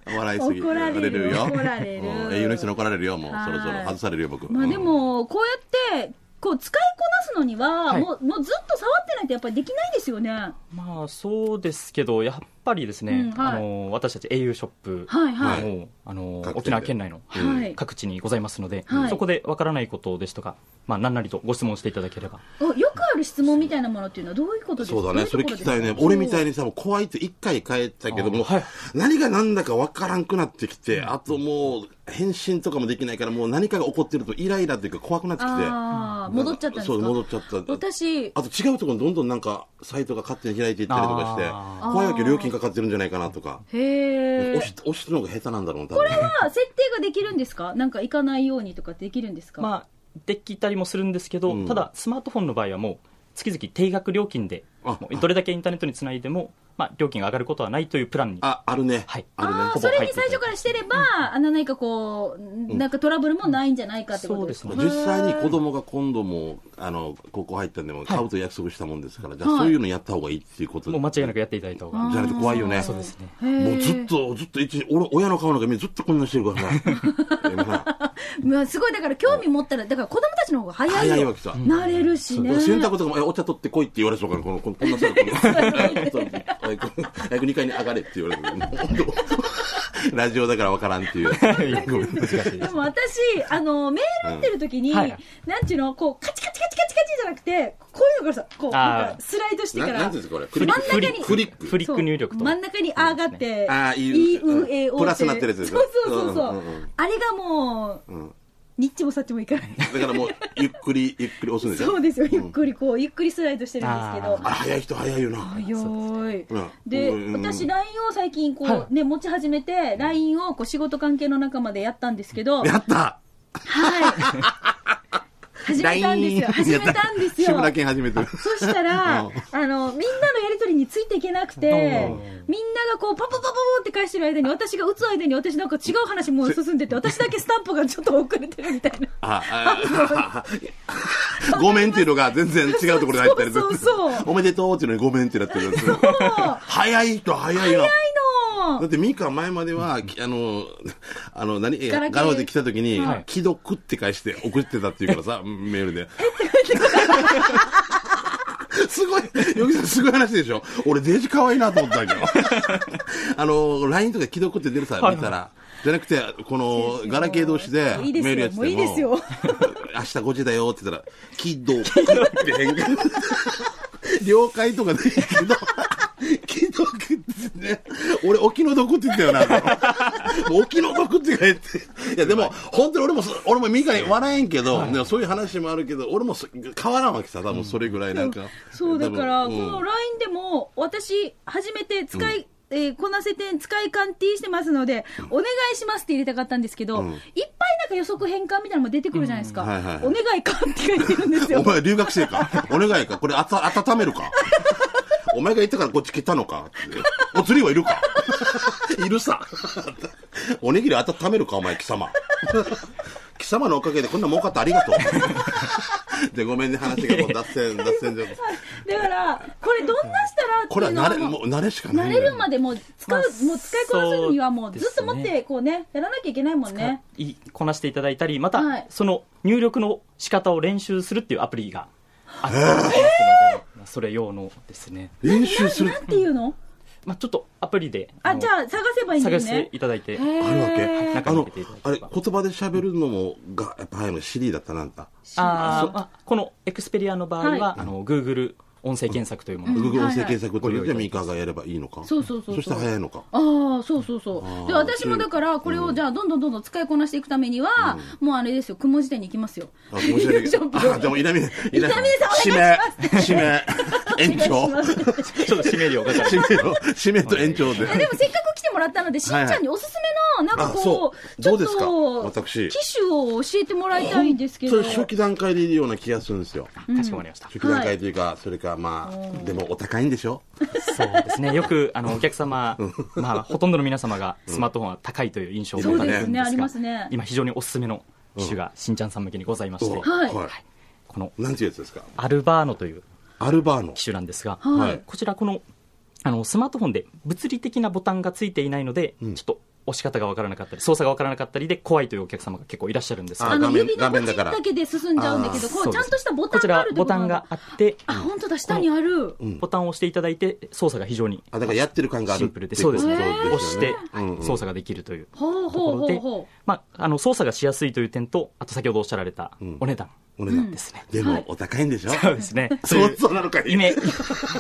Speaker 2: 笑いすぎ
Speaker 1: 怒られる
Speaker 2: よ
Speaker 1: 怒られる
Speaker 2: うん英雄の人に怒られるよもうそろそろ
Speaker 1: はい
Speaker 2: 外されるよ僕
Speaker 1: まあで
Speaker 2: うん
Speaker 1: も、こうやって、こう使いこなすのには、
Speaker 3: はい
Speaker 1: もうもうずっと触ってないとやっぱりできないですよね。は
Speaker 3: まあそうですけどやっぱりですね、
Speaker 1: うんはい
Speaker 3: あの私たち au ショップ
Speaker 1: いはい。
Speaker 3: もうあの
Speaker 2: 各店で
Speaker 3: 沖縄県内の
Speaker 1: はい
Speaker 3: はい各地にございますので、
Speaker 1: はい
Speaker 3: そこでわからないことですとか、まあ、何なりとご質問していただければ
Speaker 1: およくある質問みたいなものっていうのはどういうことですか
Speaker 2: そうだね、それ聞きたいね。俺みたいにさ、もう怖いって一回帰ったけども、
Speaker 3: あはい
Speaker 2: 何が何だか分からんくなってきて、あともう、返信とかもできないから、もう何かが起こってるとイライラっていうか怖くなってきて。
Speaker 1: ああ、戻っちゃったんですか
Speaker 2: そう、戻っちゃった。
Speaker 1: 私、
Speaker 2: あと違うところにどんどんなんか、サイトが勝手に開いていったりとかして
Speaker 3: あ、
Speaker 1: ー
Speaker 2: 怖いわけ料金かかってるんじゃないかなとか。
Speaker 1: へえ。
Speaker 2: 押し、押すのが下手なんだろうな、
Speaker 1: こ
Speaker 2: 多
Speaker 1: れ。
Speaker 2: 分
Speaker 1: は設定ができるんですかなんか行かないようにとかできるんですか
Speaker 3: まあ、できたりもするんですけど、
Speaker 2: うん
Speaker 3: ただスマートフォンの場合はもう月々定額料金で
Speaker 2: あ
Speaker 3: もうどれだけインターネットにつないでも、まあ、料金が上がることはないというプランに
Speaker 2: あ、あるね。
Speaker 3: はい
Speaker 2: あるね。
Speaker 1: あー
Speaker 3: ほぼ
Speaker 1: それ
Speaker 3: 入っ
Speaker 1: に
Speaker 3: てて
Speaker 1: 最初からしてれば、あの何かこう、なんかトラブルもないんじゃないかってことですか、
Speaker 3: そう
Speaker 2: 実際に子供が今度も、あの、高校入ったんでも、買うと約束したもんですから、じゃあ
Speaker 1: はい
Speaker 2: そういうのやった方がいいっていうこと
Speaker 3: もう間違いなくやっていただいた方が
Speaker 2: じゃないと怖いよね。
Speaker 3: そうですね
Speaker 2: もうずっと、ずっと一日、俺、親の顔なんか見ずっとこんなして るからさ。でもな
Speaker 1: まあ、すごいだから興味持ったらだから子供たちの方が早いよ
Speaker 2: 早いわけさ。
Speaker 1: なれるしね、
Speaker 2: 洗濯とかも、えお茶取ってこいって言われそうから、この、このこんなさ、こんな。えこの 早く2階に上がれって言われる。ラジオだからわからんっていう。ごめん
Speaker 3: 難しいです
Speaker 1: でも私あのメール打ってる時に、
Speaker 3: うんはい
Speaker 1: なんちゅうのこうカチカチカチカチカチじゃなくてこういうのからさこう
Speaker 3: あー
Speaker 1: なんかスライドしてか
Speaker 2: な
Speaker 1: ら
Speaker 2: なんていうんですか、これ。ク
Speaker 3: フ
Speaker 2: リ
Speaker 3: リ
Speaker 1: 真ん中
Speaker 2: ック。
Speaker 3: ッ
Speaker 1: に
Speaker 3: クフリックフリッ
Speaker 1: そう
Speaker 3: ク入力と
Speaker 1: 真ん中に「あ」があって「
Speaker 2: あーいう
Speaker 1: u a o
Speaker 2: プラスなってるやつでしょ
Speaker 1: そうそうそうそう,、
Speaker 2: うんうんうん
Speaker 1: あれがもう、
Speaker 2: うん
Speaker 1: ニッチもサッチもいかない
Speaker 2: だからもう、ゆっくり、ゆっくり押すんでしょ。
Speaker 1: そうですよゆっくりこうゆっくりスライドしてるんですけど
Speaker 2: あ、早い人早いよな。
Speaker 1: 早い
Speaker 2: うん
Speaker 1: で、
Speaker 2: うん
Speaker 1: 私 LINE を最近こう、
Speaker 3: は
Speaker 1: ね持ち始めて LINE をこう仕事関係の仲間でやったんですけど
Speaker 2: やった
Speaker 1: はい始めたんですよ。
Speaker 2: LINE
Speaker 1: 始めたんですよ。
Speaker 2: 志村けん始めてる。
Speaker 1: そしたら、あ
Speaker 2: う
Speaker 1: の、
Speaker 2: ん
Speaker 1: みんなのやりとりについていけなくて、みんながこう、パパパパパって返してる間に、私が打つ間に、私なんか違う話もう進んでて、私だけスタンプがちょっと遅れてるみたい な。
Speaker 2: ああ、あ ごめんっていうのが全然違うところに入ったりする
Speaker 1: そうそうそう
Speaker 2: おめでとうっていうのにごめんってなってるんですよ
Speaker 1: も
Speaker 2: 早いと早いな。
Speaker 1: う、ないの
Speaker 2: だってミカ前までは、きあの、 あの、何、え
Speaker 1: ガラケー
Speaker 2: ガロで来た時に
Speaker 3: はい、
Speaker 2: 既読って返して送ってたっていうからさ、 メールで。すごい、よきさんすごい話でしょ俺デージ可愛いなと思ったんだ けど。あの、LINE とか既読って出るさ、見たら。じゃなくて、この、ガラケー同士で
Speaker 1: いいですよ
Speaker 2: メールやってて
Speaker 1: も
Speaker 2: も。
Speaker 1: ういいですよ
Speaker 2: 明日5時だよって言ったら、既読 って変換。了解とかでいいけど、 既読ってね、俺、お気の毒って言ったよ な、もうお気の毒って言えって、いや、でも、本当に俺もそ、俺もミカに笑えんけど、でもそういう話もあるけど、俺もそ変わらんわけさ、多分それぐらいなんか。
Speaker 1: そうだから、
Speaker 2: 多
Speaker 1: こ
Speaker 2: 分うん
Speaker 1: の LINE でも、私、初めて使い、えーこなせて使い勘 T してますので、お願いしますって入れたかったんですけど、
Speaker 2: う
Speaker 1: いっ
Speaker 2: ん
Speaker 1: ぱいなんか予測変換みたいなのも出てくるじゃないですか。
Speaker 2: うんはいはいはい
Speaker 1: お願い勘って書いてるんです
Speaker 2: お
Speaker 1: よ。
Speaker 2: 前、留学生か、 お願いか、これあた、温めるか。お前が言ったからこっち来たのかってお釣りはい るかいるさ。おにぎり温めるかお前、貴様。貴様のおかげでこんな儲かってありがと う。で、ごめんね、話がもう脱線、脱線じゃ
Speaker 1: だから、これどんなしたらって
Speaker 2: これ
Speaker 1: いう
Speaker 2: は
Speaker 1: のは
Speaker 2: 慣れ、
Speaker 1: もう
Speaker 2: もう慣れしかない
Speaker 1: 慣
Speaker 2: んだ
Speaker 1: れ
Speaker 2: よ。
Speaker 1: るまでもう使う、
Speaker 3: まあ
Speaker 1: もう使いこなせるにはもうずっと持ってこうね、やらなきゃいけないもんね。
Speaker 3: いいこなしていただいたりま
Speaker 1: はい
Speaker 3: たその入力の仕方を練習するっていうアプリがあったりしますので、まあそれ用のですね、
Speaker 2: 練習する
Speaker 1: なんていうの
Speaker 3: まあ、ちょっとアプリで
Speaker 1: あ、
Speaker 3: の
Speaker 1: じゃあ探せばいいんだ
Speaker 3: 探
Speaker 1: よ
Speaker 3: して
Speaker 1: ね。
Speaker 3: いただいて
Speaker 1: へー
Speaker 2: あるわけ
Speaker 1: へー
Speaker 2: あの
Speaker 3: 中に入れていただければ
Speaker 2: あれ言葉で喋るのもがやっぱ早いのシリだったなんだ
Speaker 3: あーまあこのエクスペリアの場合は、
Speaker 1: はい
Speaker 3: あの Google 音声検索というもの、
Speaker 1: うん
Speaker 2: Google 音声
Speaker 1: はいはい
Speaker 2: 検索をるじゃあミーカーがやればいいのか
Speaker 1: そうそうそうそう
Speaker 2: そしたら早いのか
Speaker 1: ああ、そうそうそ
Speaker 2: あー
Speaker 1: う。で、私もだから、これをじゃあ、どんどんどんどん使いこなしていくためには、もうあれですよ、くも字典に行きますよ。
Speaker 2: あ、申し訳ない
Speaker 1: ショップ
Speaker 2: あ、じゃあもう稲見、稲見
Speaker 1: 稲見
Speaker 2: 指名、指名、延長
Speaker 1: お。願いします
Speaker 3: ちょっと締め料が
Speaker 2: 指名を、指名と延長で。
Speaker 1: えでも、せっかく来てもらったので、しんちゃんにおすすめの、なんか
Speaker 2: あ
Speaker 1: こ、
Speaker 2: そうう
Speaker 1: ちょっ
Speaker 2: どうですか
Speaker 1: と、
Speaker 2: 私
Speaker 1: 機種を教えてもらいたいんですけ
Speaker 2: そ
Speaker 1: ど。
Speaker 2: れ初期段階でいるような気がするんですよ。
Speaker 3: かしこまりました、
Speaker 2: 初期段階というか、それかまあ、でもお高いんでしょ
Speaker 3: そうですねよくあのお客様、まあ、ほとんどの皆様がスマートフォンは高いという印象を
Speaker 1: そう
Speaker 3: 持たれ
Speaker 1: で
Speaker 3: てる
Speaker 1: す
Speaker 3: ん
Speaker 1: ね、
Speaker 3: で
Speaker 1: あ
Speaker 3: す
Speaker 1: り
Speaker 3: が
Speaker 1: ますね。
Speaker 3: 今非常におすすめの機種がしんちゃんさん向けにございまして、
Speaker 2: お
Speaker 1: はい
Speaker 3: この
Speaker 2: なんていうやつですか
Speaker 3: アルバーノという
Speaker 2: アルバーノ
Speaker 3: 機。種なんですが、
Speaker 1: はい
Speaker 2: はい
Speaker 3: こちらこのあのスマートフォンで物理的なボタンがついていないので、ちょっと押し方がわからなかったり操作がわからなかったりで怖いというお客様が結構いらっしゃるんですが
Speaker 2: あ
Speaker 1: あの
Speaker 2: 画面
Speaker 1: 指の
Speaker 2: 画
Speaker 1: ポチ
Speaker 2: 面だ
Speaker 1: ッ
Speaker 2: から
Speaker 1: だけで進んじゃうんだけど、こ
Speaker 3: そうう
Speaker 1: ち
Speaker 3: で
Speaker 1: ゃ
Speaker 3: す
Speaker 1: んとしたボ
Speaker 3: こ
Speaker 1: タ
Speaker 3: ち
Speaker 1: ンがあ
Speaker 3: ら
Speaker 1: るって
Speaker 3: ボ
Speaker 1: こと
Speaker 3: タ
Speaker 1: な
Speaker 3: ン
Speaker 1: ん
Speaker 3: が
Speaker 1: だ。
Speaker 3: あって、
Speaker 1: あ、本当だ、下にある。
Speaker 3: ボタンを押していただいて操作が非常に
Speaker 2: あ、だからやってる感がある。
Speaker 3: シンプルでそうですね、
Speaker 1: へー
Speaker 3: 押して
Speaker 2: うんうん
Speaker 3: 操作ができるという
Speaker 1: ほうほ
Speaker 3: と
Speaker 1: う
Speaker 3: ころ
Speaker 1: ほ
Speaker 3: で、
Speaker 1: うほ
Speaker 3: まあ、あの操作がしやすいという点とあと先ほどおっしゃられた
Speaker 2: ん
Speaker 3: お値段
Speaker 2: お値段
Speaker 3: ですね、
Speaker 2: でもお高いんでしょ
Speaker 3: そうですね
Speaker 2: そう、そうなのかい
Speaker 3: イメ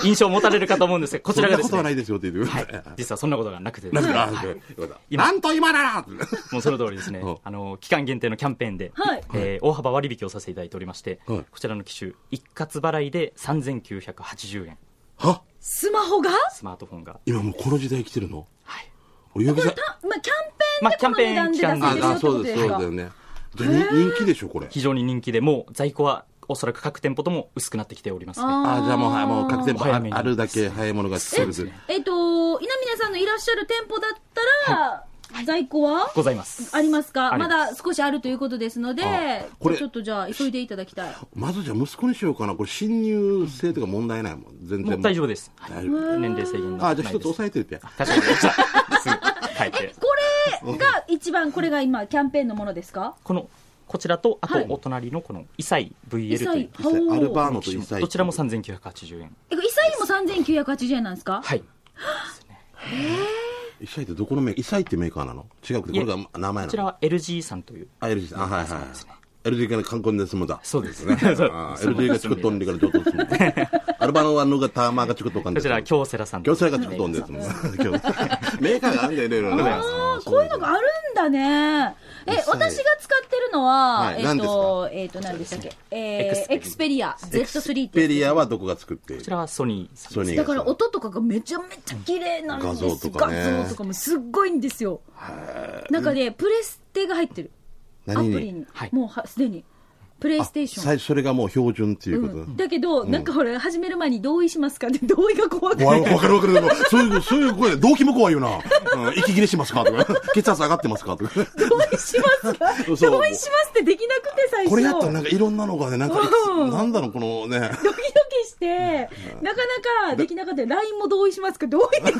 Speaker 3: 印象を持たれるかと思うんですがこちらがで
Speaker 2: そんなこ
Speaker 3: す
Speaker 2: とはな
Speaker 3: ね
Speaker 2: いですよって言ってく
Speaker 3: はい
Speaker 2: ださい、
Speaker 3: 実はそんなことがなくてで
Speaker 2: な
Speaker 3: す
Speaker 2: ん
Speaker 3: ね
Speaker 2: か、あ
Speaker 3: はい
Speaker 2: よかった
Speaker 3: 今
Speaker 2: なんと今 だ
Speaker 3: もうその通りですね
Speaker 2: うん、
Speaker 3: あの期間限定のキャンペーンで、
Speaker 1: はい
Speaker 3: えー大幅割引をさせていただいておりまして、
Speaker 2: はい
Speaker 3: こちらの機種、一括払いで3980円、
Speaker 2: は
Speaker 1: う。スマホが
Speaker 3: スマートフォンが、
Speaker 2: 今もうこの時代来てるの
Speaker 3: はい
Speaker 2: 俺、よきさん、
Speaker 1: たまあ、キャン
Speaker 3: まあ、
Speaker 1: ペ
Speaker 3: キ
Speaker 1: ー
Speaker 3: ャ
Speaker 1: ン
Speaker 3: ン
Speaker 1: で
Speaker 3: ペ
Speaker 1: この値
Speaker 3: ーン期間
Speaker 1: 段で出せ
Speaker 3: 限
Speaker 1: る
Speaker 3: 定
Speaker 1: よってことですす
Speaker 2: ああ、そうで、そう
Speaker 1: か
Speaker 2: だよね。じゃあに人気でしょ、これ。
Speaker 3: 非常に人気で、もう在庫はおそらく各店舗とも薄くなってきておりますね。
Speaker 1: あ
Speaker 2: あーじゃあもうはい、もう各店舗
Speaker 3: 早
Speaker 2: あ
Speaker 3: めに
Speaker 2: あるだけ早いものがそうです。
Speaker 1: えっと、稲峰さんのいらっしゃる店舗だったら、在庫は
Speaker 3: ございます。
Speaker 1: ありますか
Speaker 3: あり
Speaker 1: ま
Speaker 3: ます
Speaker 1: だ少しあるということですので
Speaker 2: あ、これ
Speaker 1: ちょっとじゃあ、急いでいただきたい。
Speaker 2: まずじゃあ息子にしようかな。これ侵入性とか問題ないもん。全
Speaker 3: も
Speaker 2: 然。
Speaker 3: う大丈夫です。は
Speaker 2: 大
Speaker 3: い
Speaker 2: 丈夫。
Speaker 3: 年齢制限が
Speaker 2: あ
Speaker 3: な
Speaker 2: あ、
Speaker 3: い
Speaker 2: じ
Speaker 3: で
Speaker 2: ゃあ
Speaker 3: す。
Speaker 2: 一つ押さえておいて。
Speaker 3: 確かに。 すぐ書いて。
Speaker 1: これが一番、これが今、キャンペーンのものですか
Speaker 3: この、こちらと、あ
Speaker 1: はい
Speaker 3: とお隣のこの、イサイ VL という
Speaker 1: イサイ
Speaker 2: アルバーノと
Speaker 3: 機
Speaker 2: イサ
Speaker 3: 種。
Speaker 2: イ。
Speaker 3: どちらも3980円。
Speaker 1: え、イサイも3980円なんですか
Speaker 3: はい。
Speaker 2: イサイってどこのメーカーイサイってメーカーなの違うけど、これが名前
Speaker 3: こちら
Speaker 2: なの
Speaker 3: は LG さんという。
Speaker 2: あ、LG さん。あ、はいはいはい
Speaker 3: そうですね。
Speaker 2: LG から観光で済むだ。
Speaker 3: そうですね。 そう
Speaker 2: あ
Speaker 3: そう
Speaker 2: LG が作っとんでから上等する。 アルバノはのがターマーが作っとかんで
Speaker 3: こ
Speaker 2: す
Speaker 3: ち
Speaker 2: もん。
Speaker 3: ら、京セラさん
Speaker 2: 行
Speaker 3: と
Speaker 2: 政が作っとんですもん。京セラ メーカーがあんだよね、いろいろね。
Speaker 1: あーこういうのがあるんだね。え、
Speaker 2: 実際
Speaker 1: 私が使ってるのは
Speaker 2: は、い
Speaker 1: えっと、えっと、何でしたっけえー、エ
Speaker 3: エ
Speaker 1: ク
Speaker 3: ク
Speaker 1: ス
Speaker 3: ス
Speaker 1: ペ
Speaker 3: ペ
Speaker 1: リア Z3 っ
Speaker 2: ペ
Speaker 1: て
Speaker 2: リ
Speaker 1: や
Speaker 2: アはどこが作ってい
Speaker 3: こち
Speaker 2: る
Speaker 3: らはソニーさん
Speaker 2: ソニー
Speaker 1: つ。
Speaker 2: が
Speaker 1: だから音とかがめちゃめちゃ綺麗なんです
Speaker 2: 画像とかね
Speaker 1: 画像とかもすっごいんですよ。中でプレステが入ってる。アプ
Speaker 2: 何
Speaker 1: リ
Speaker 2: に
Speaker 1: に
Speaker 3: はい。
Speaker 1: もうはすでに。プレイステーション
Speaker 2: あ最初それがもう標準っていうこと、
Speaker 1: うんだけど、なんかほら、始める前に同意しますかって、同意が怖くて。
Speaker 2: わわかるわかる。でもそういう、そういう声で、動機も怖いよな。うん、息切れしますかと か、血圧上がってま すかとか。
Speaker 1: 同意しますか
Speaker 2: そう
Speaker 1: 同意しますってできなくて、最初。
Speaker 2: これやったらなんかいろんなのがね、なんか、
Speaker 1: うん
Speaker 2: なんだろう、このね。
Speaker 1: ドキドキして、なかなかできなかった。LINE も同意しますか同意できない。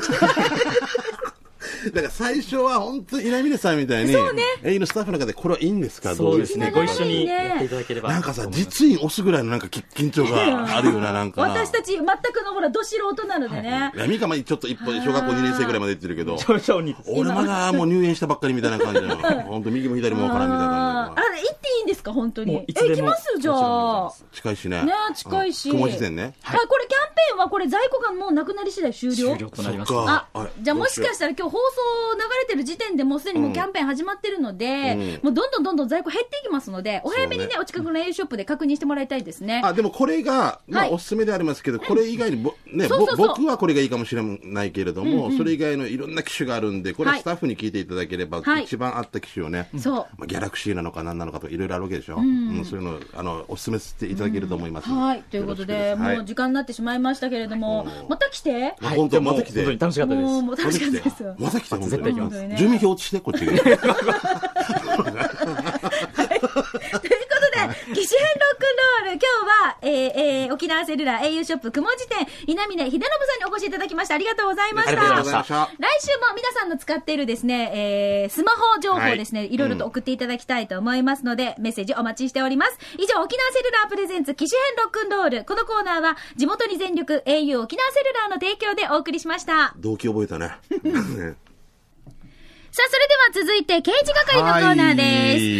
Speaker 2: だから最初は本当稲峰さんみたいに、
Speaker 1: そうね
Speaker 2: 営業のスタッフの中でこれはいいんですか
Speaker 3: そうですね。
Speaker 1: ど
Speaker 3: ご
Speaker 1: ういう
Speaker 3: 一緒にやっていただければ。
Speaker 2: なんかさ、実印押すぐらいのなんかき緊張があるよな、なんかな。
Speaker 1: 私たち、全くのほら、ど素人なのでね。
Speaker 2: いや、みかまにちょっと一歩、小学校2年生ぐらいまで行ってる けど、
Speaker 3: 徐々に。
Speaker 2: 俺まだもう入園したばっかりみたいな感じ だよ。本当右も左もわからんみたいな
Speaker 1: あー
Speaker 2: 感じだよ
Speaker 1: あれ、行っていいんですか本当
Speaker 3: もう
Speaker 1: に。え、
Speaker 3: いつでも
Speaker 1: 行きますよ、じゃ
Speaker 3: もちろ
Speaker 1: あ。
Speaker 2: 近
Speaker 3: んでございま
Speaker 2: いしね。
Speaker 1: ね近いし。
Speaker 2: 雲自然ね。
Speaker 1: はい、これキャンペーンは、これ在庫がもうなくなり次第終了
Speaker 3: 終了となりまし
Speaker 2: そ
Speaker 3: た
Speaker 2: っ。
Speaker 1: あ
Speaker 2: あ、
Speaker 1: じゃあもしかしたら今日放送流れてる時点でもうすでにもうキャンペーン始まってるので、もうどんどんどんどん在庫減っていきますので、お早めにね、
Speaker 2: そうね
Speaker 1: お近くの A ショップで確認してもらいたいですね。
Speaker 2: あ、でもこれが、ま
Speaker 1: は
Speaker 2: あ
Speaker 1: い
Speaker 2: おすすめでありますけど、これ以外にぼ、ね、
Speaker 1: そうそうそ
Speaker 2: ぼ
Speaker 1: う
Speaker 2: 僕はこれがいいかもしれないけれども、それ以外のいろんな機種があるんで、こ
Speaker 1: は
Speaker 2: れ
Speaker 1: い
Speaker 2: スタッフに聞いていただければ
Speaker 1: は、い
Speaker 2: 一番合った機種をね、
Speaker 1: そ
Speaker 2: まあギャラクシーなのか何なのかとかいろいろあるわけでしょ。うんそういうの、あの、おすすめしていただけると思います。
Speaker 1: う。はい。ということで、
Speaker 2: よろしくす
Speaker 1: もう時間になってしまいましたけれども
Speaker 2: はい、
Speaker 1: また来て。
Speaker 2: はい
Speaker 3: はい
Speaker 2: 本当
Speaker 3: でも
Speaker 2: また来て
Speaker 3: 本当に楽しかったです
Speaker 1: もう、。もう楽しかったですよ。
Speaker 2: また来た
Speaker 3: 絶対行き
Speaker 1: 本
Speaker 3: ます
Speaker 1: 当にね
Speaker 2: 住民票落ちて、こ っちに。
Speaker 1: ということで、機種編ロックンロール、今日は、えーえー沖縄セルラー au ショップ雲地店、稲峰秀信さんにお越しいただきました。ありがとうございま
Speaker 2: あ
Speaker 1: し
Speaker 2: りがとう
Speaker 1: た
Speaker 2: ござ。いました。
Speaker 1: 来週も皆さんの使っているですね、えー、スマホ情報をですね、
Speaker 2: はい
Speaker 1: い、ろいろと送っていただきたいと思いますので、メッセージお待ちしております。以上、沖縄セルラープレゼンツ機種編ロックンロール。このコーナーは、地元に全力 au 沖縄セルラーの提供でお送りしました。
Speaker 2: 動機覚えたね。
Speaker 1: さあ、それでは続いて、刑事係のコーナーです。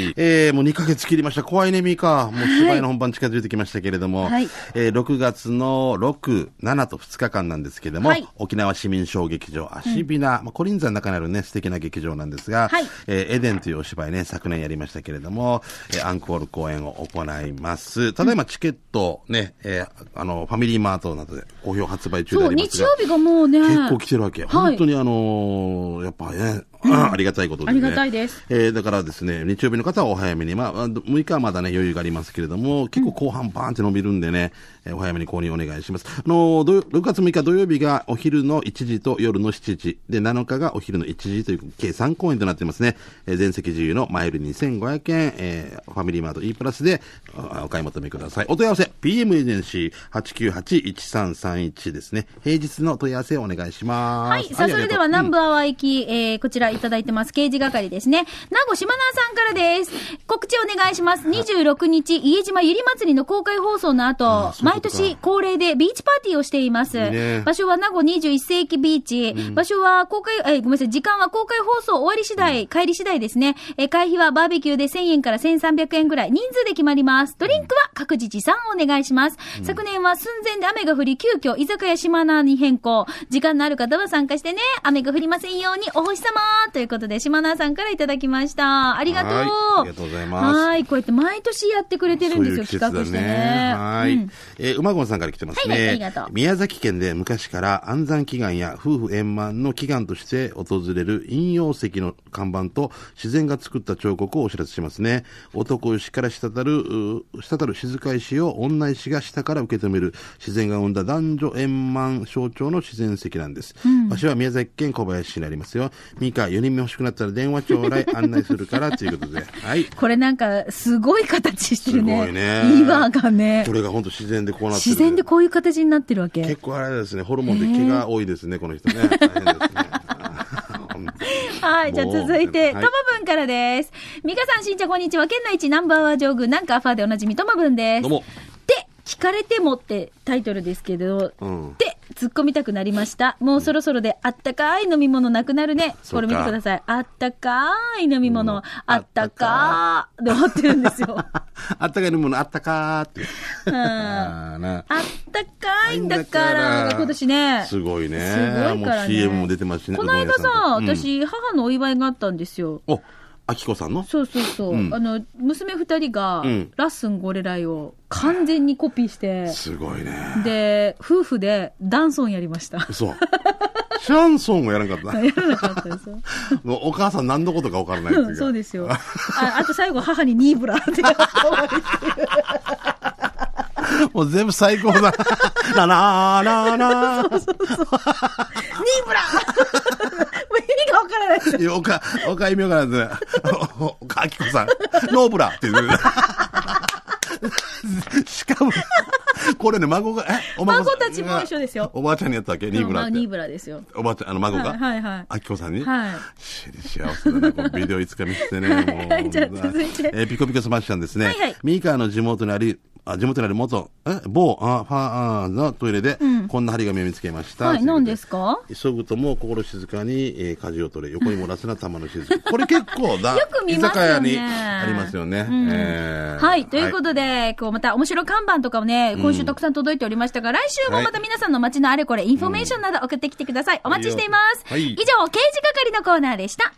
Speaker 2: はいえーもう2ヶ月切りました。怖いね、ミーカ。もう芝居の本番近づいてきましたけれども、
Speaker 1: はい
Speaker 2: えー6月の6、7と2日間なんですけれども、
Speaker 1: はい
Speaker 2: 沖縄市民小劇場、アシビナ、まあ、コリンザの中にあるね、素敵な劇場なんですが、
Speaker 1: はい
Speaker 2: えーエデンというお芝居ね、昨年やりましたけれども、えーアンコール公演を行います。ただいまチケットね、えーあの、ファミリーマートなどで好評発売中で
Speaker 1: そ
Speaker 2: あ
Speaker 1: う、
Speaker 2: りま
Speaker 1: 日
Speaker 2: すが
Speaker 1: 曜、日がもうね。
Speaker 2: 結構来てるわけ。
Speaker 1: はい
Speaker 2: 本当にあのーやっぱね、ありがたいことでね。
Speaker 1: ありがたいです。
Speaker 2: えーだからですね、日曜日の方はお早めに、まあ、あど6日はまだね、余裕がありますけれども、結構後半バーンって伸びるんでね、えーお早めに購入お願いします。あのー、ど6月6日土曜日がお昼の1時と夜の7時、で、7日がお昼の1時という計3公演となってますね。えー全席自由のマイル2500円、えーファミリーマート E プラスであお買い求めください。お問い合わせ、PM エージェンシー898-1331ですね。平日の問い合わせをお願いします。
Speaker 1: はい。さあ、それでは、南部淡行き、えー、こちらいただいてます。刑事係ですね。名護島奈さんからです。告知お願いします。26日、家島ゆり祭りの公開放送の後、
Speaker 2: そういうこ
Speaker 1: 毎
Speaker 2: とか
Speaker 1: 年恒例でビーチパーティーをしています。
Speaker 2: いいね
Speaker 1: 場所は名護21世紀ビーチ。場所は公開、えーごめんなさい、時間は公開放送終わり次第、帰り次第ですね。えー会費はバーベキューで1000円から1300円ぐらい、人数で決まります。ドリンクは各自持参お願いします。昨年は寸前で雨が降り、急遽居酒屋島なに変更。時間のある方は参加してね、雨が降りませんようにお星様ということで、島なさんからいただきました。ありがとう。
Speaker 2: はいありがとうございます
Speaker 1: はい、こうやって毎年やってくれてるんですよ、
Speaker 2: そういう季節だ
Speaker 1: 企画してね。
Speaker 2: はい。
Speaker 1: うん
Speaker 2: えー馬込さんから来てますね。
Speaker 1: はいはいありがとう
Speaker 2: 宮崎県で昔から安産祈願や夫婦円満の祈願として訪れる引用石の看板と自然が作った彫刻をお知らせしますね。男石から滴る、う滴る静か石を女石が下から受け止める自然が生んだ男女円満象徴の自然石なんです。場所は宮崎県小林市になりますよ。ミカ、4人目欲しくなったら電話ちょうだい案内するからということで。はい。
Speaker 1: これなんか、すごい形してるね。
Speaker 2: すごいね
Speaker 1: 岩がね
Speaker 2: こ。れが本当自然でこうなってる。
Speaker 1: 自然でこういう形になってるわけ
Speaker 2: 結。構あれですね、ホルモンで毛が多いですね、この人ね。大変ですね 本当に
Speaker 1: はい。じゃあ続いて、
Speaker 2: も
Speaker 1: ト
Speaker 2: う
Speaker 1: マ
Speaker 2: はい
Speaker 1: ブンからです。ミカさん、しんちゃん、こんにちは。県内一ナンバーワー上宮、なんかアファーでおなじみ、トマブンです。
Speaker 2: どうも。
Speaker 1: って、聞かれてもってタイトルですけど、
Speaker 2: うん
Speaker 1: って、突っ込みたくなりました。もうそろそろで、あったかい飲み物なくなるね。
Speaker 2: そう
Speaker 1: こ
Speaker 2: か
Speaker 1: れ見てください。あったかい飲み物、
Speaker 2: うん
Speaker 1: あったかーで終わってるんですよ。
Speaker 2: あったかいものあったかーっていう。
Speaker 1: うん
Speaker 2: あーな
Speaker 1: あったかいんだから、今年ね。
Speaker 2: すごいね。
Speaker 1: すごいからね
Speaker 2: もう CM も出てますしね。
Speaker 1: この間さ、
Speaker 2: うどん屋ん
Speaker 1: 私、母のお祝いがあったんですよ。
Speaker 2: と。うんお、あきこさんの
Speaker 1: そうそうそう。
Speaker 2: うん
Speaker 1: あの、娘二人が、
Speaker 2: うん
Speaker 1: ラッスンゴレライを完全にコピーして、
Speaker 2: すごいね。
Speaker 1: で、夫婦でダンソンやりました。
Speaker 2: 嘘。シャンソンもやらなか った。
Speaker 1: やらなかったですよ。
Speaker 2: もうお母さん何のことか分からないっていうか。
Speaker 1: そうですよ。ああと最後、母にニーブラってやった終わりっていう。
Speaker 2: もう全部最高だ。 ララーラーラー
Speaker 1: ニーブ ラもう意味がわからないです。
Speaker 2: いやおか、おかいみょうかなんですね。おおおかあきこさん、ノーブラって言う。しかも、これね、孫が、えお孫さん
Speaker 1: 孫たちも一緒ですよ
Speaker 2: おばあちゃんにやったっけニーブラ
Speaker 1: まあ
Speaker 2: っ
Speaker 1: ニー
Speaker 2: て。
Speaker 1: ブラですよ。
Speaker 2: おばあちゃん、あの孫
Speaker 1: は
Speaker 2: が
Speaker 1: い、はいはい。
Speaker 2: あきこさんに、
Speaker 1: はい
Speaker 2: し幸せだね。このビデオいつか見せてね。
Speaker 1: はい
Speaker 2: もう
Speaker 1: はいじゃあ続いて
Speaker 2: えーピコピコスマッシュさんですね。
Speaker 1: はいはい
Speaker 2: ミーカーの地元にあり、あ地元にある元、え某あファンあーのトイレで、こんな張り紙を見つけました。
Speaker 1: はい、何
Speaker 2: と
Speaker 1: で
Speaker 2: いうこと
Speaker 1: すか
Speaker 2: 急ぐとも心静かに、えー、舵を取れ、横に漏らすな玉の静か。これ結構 だ。
Speaker 1: よく見ますよね
Speaker 2: 居酒屋にありますよね。
Speaker 1: うん
Speaker 2: えー
Speaker 1: はい。ということで、こうまた面白看板とかもね、今週たくさん届いておりましたが、来週もまた皆さんの街のあれこれ、インフォメーションなど送ってきてください。お待ちしています。
Speaker 2: はい
Speaker 1: 以上、刑事係のコーナーでした。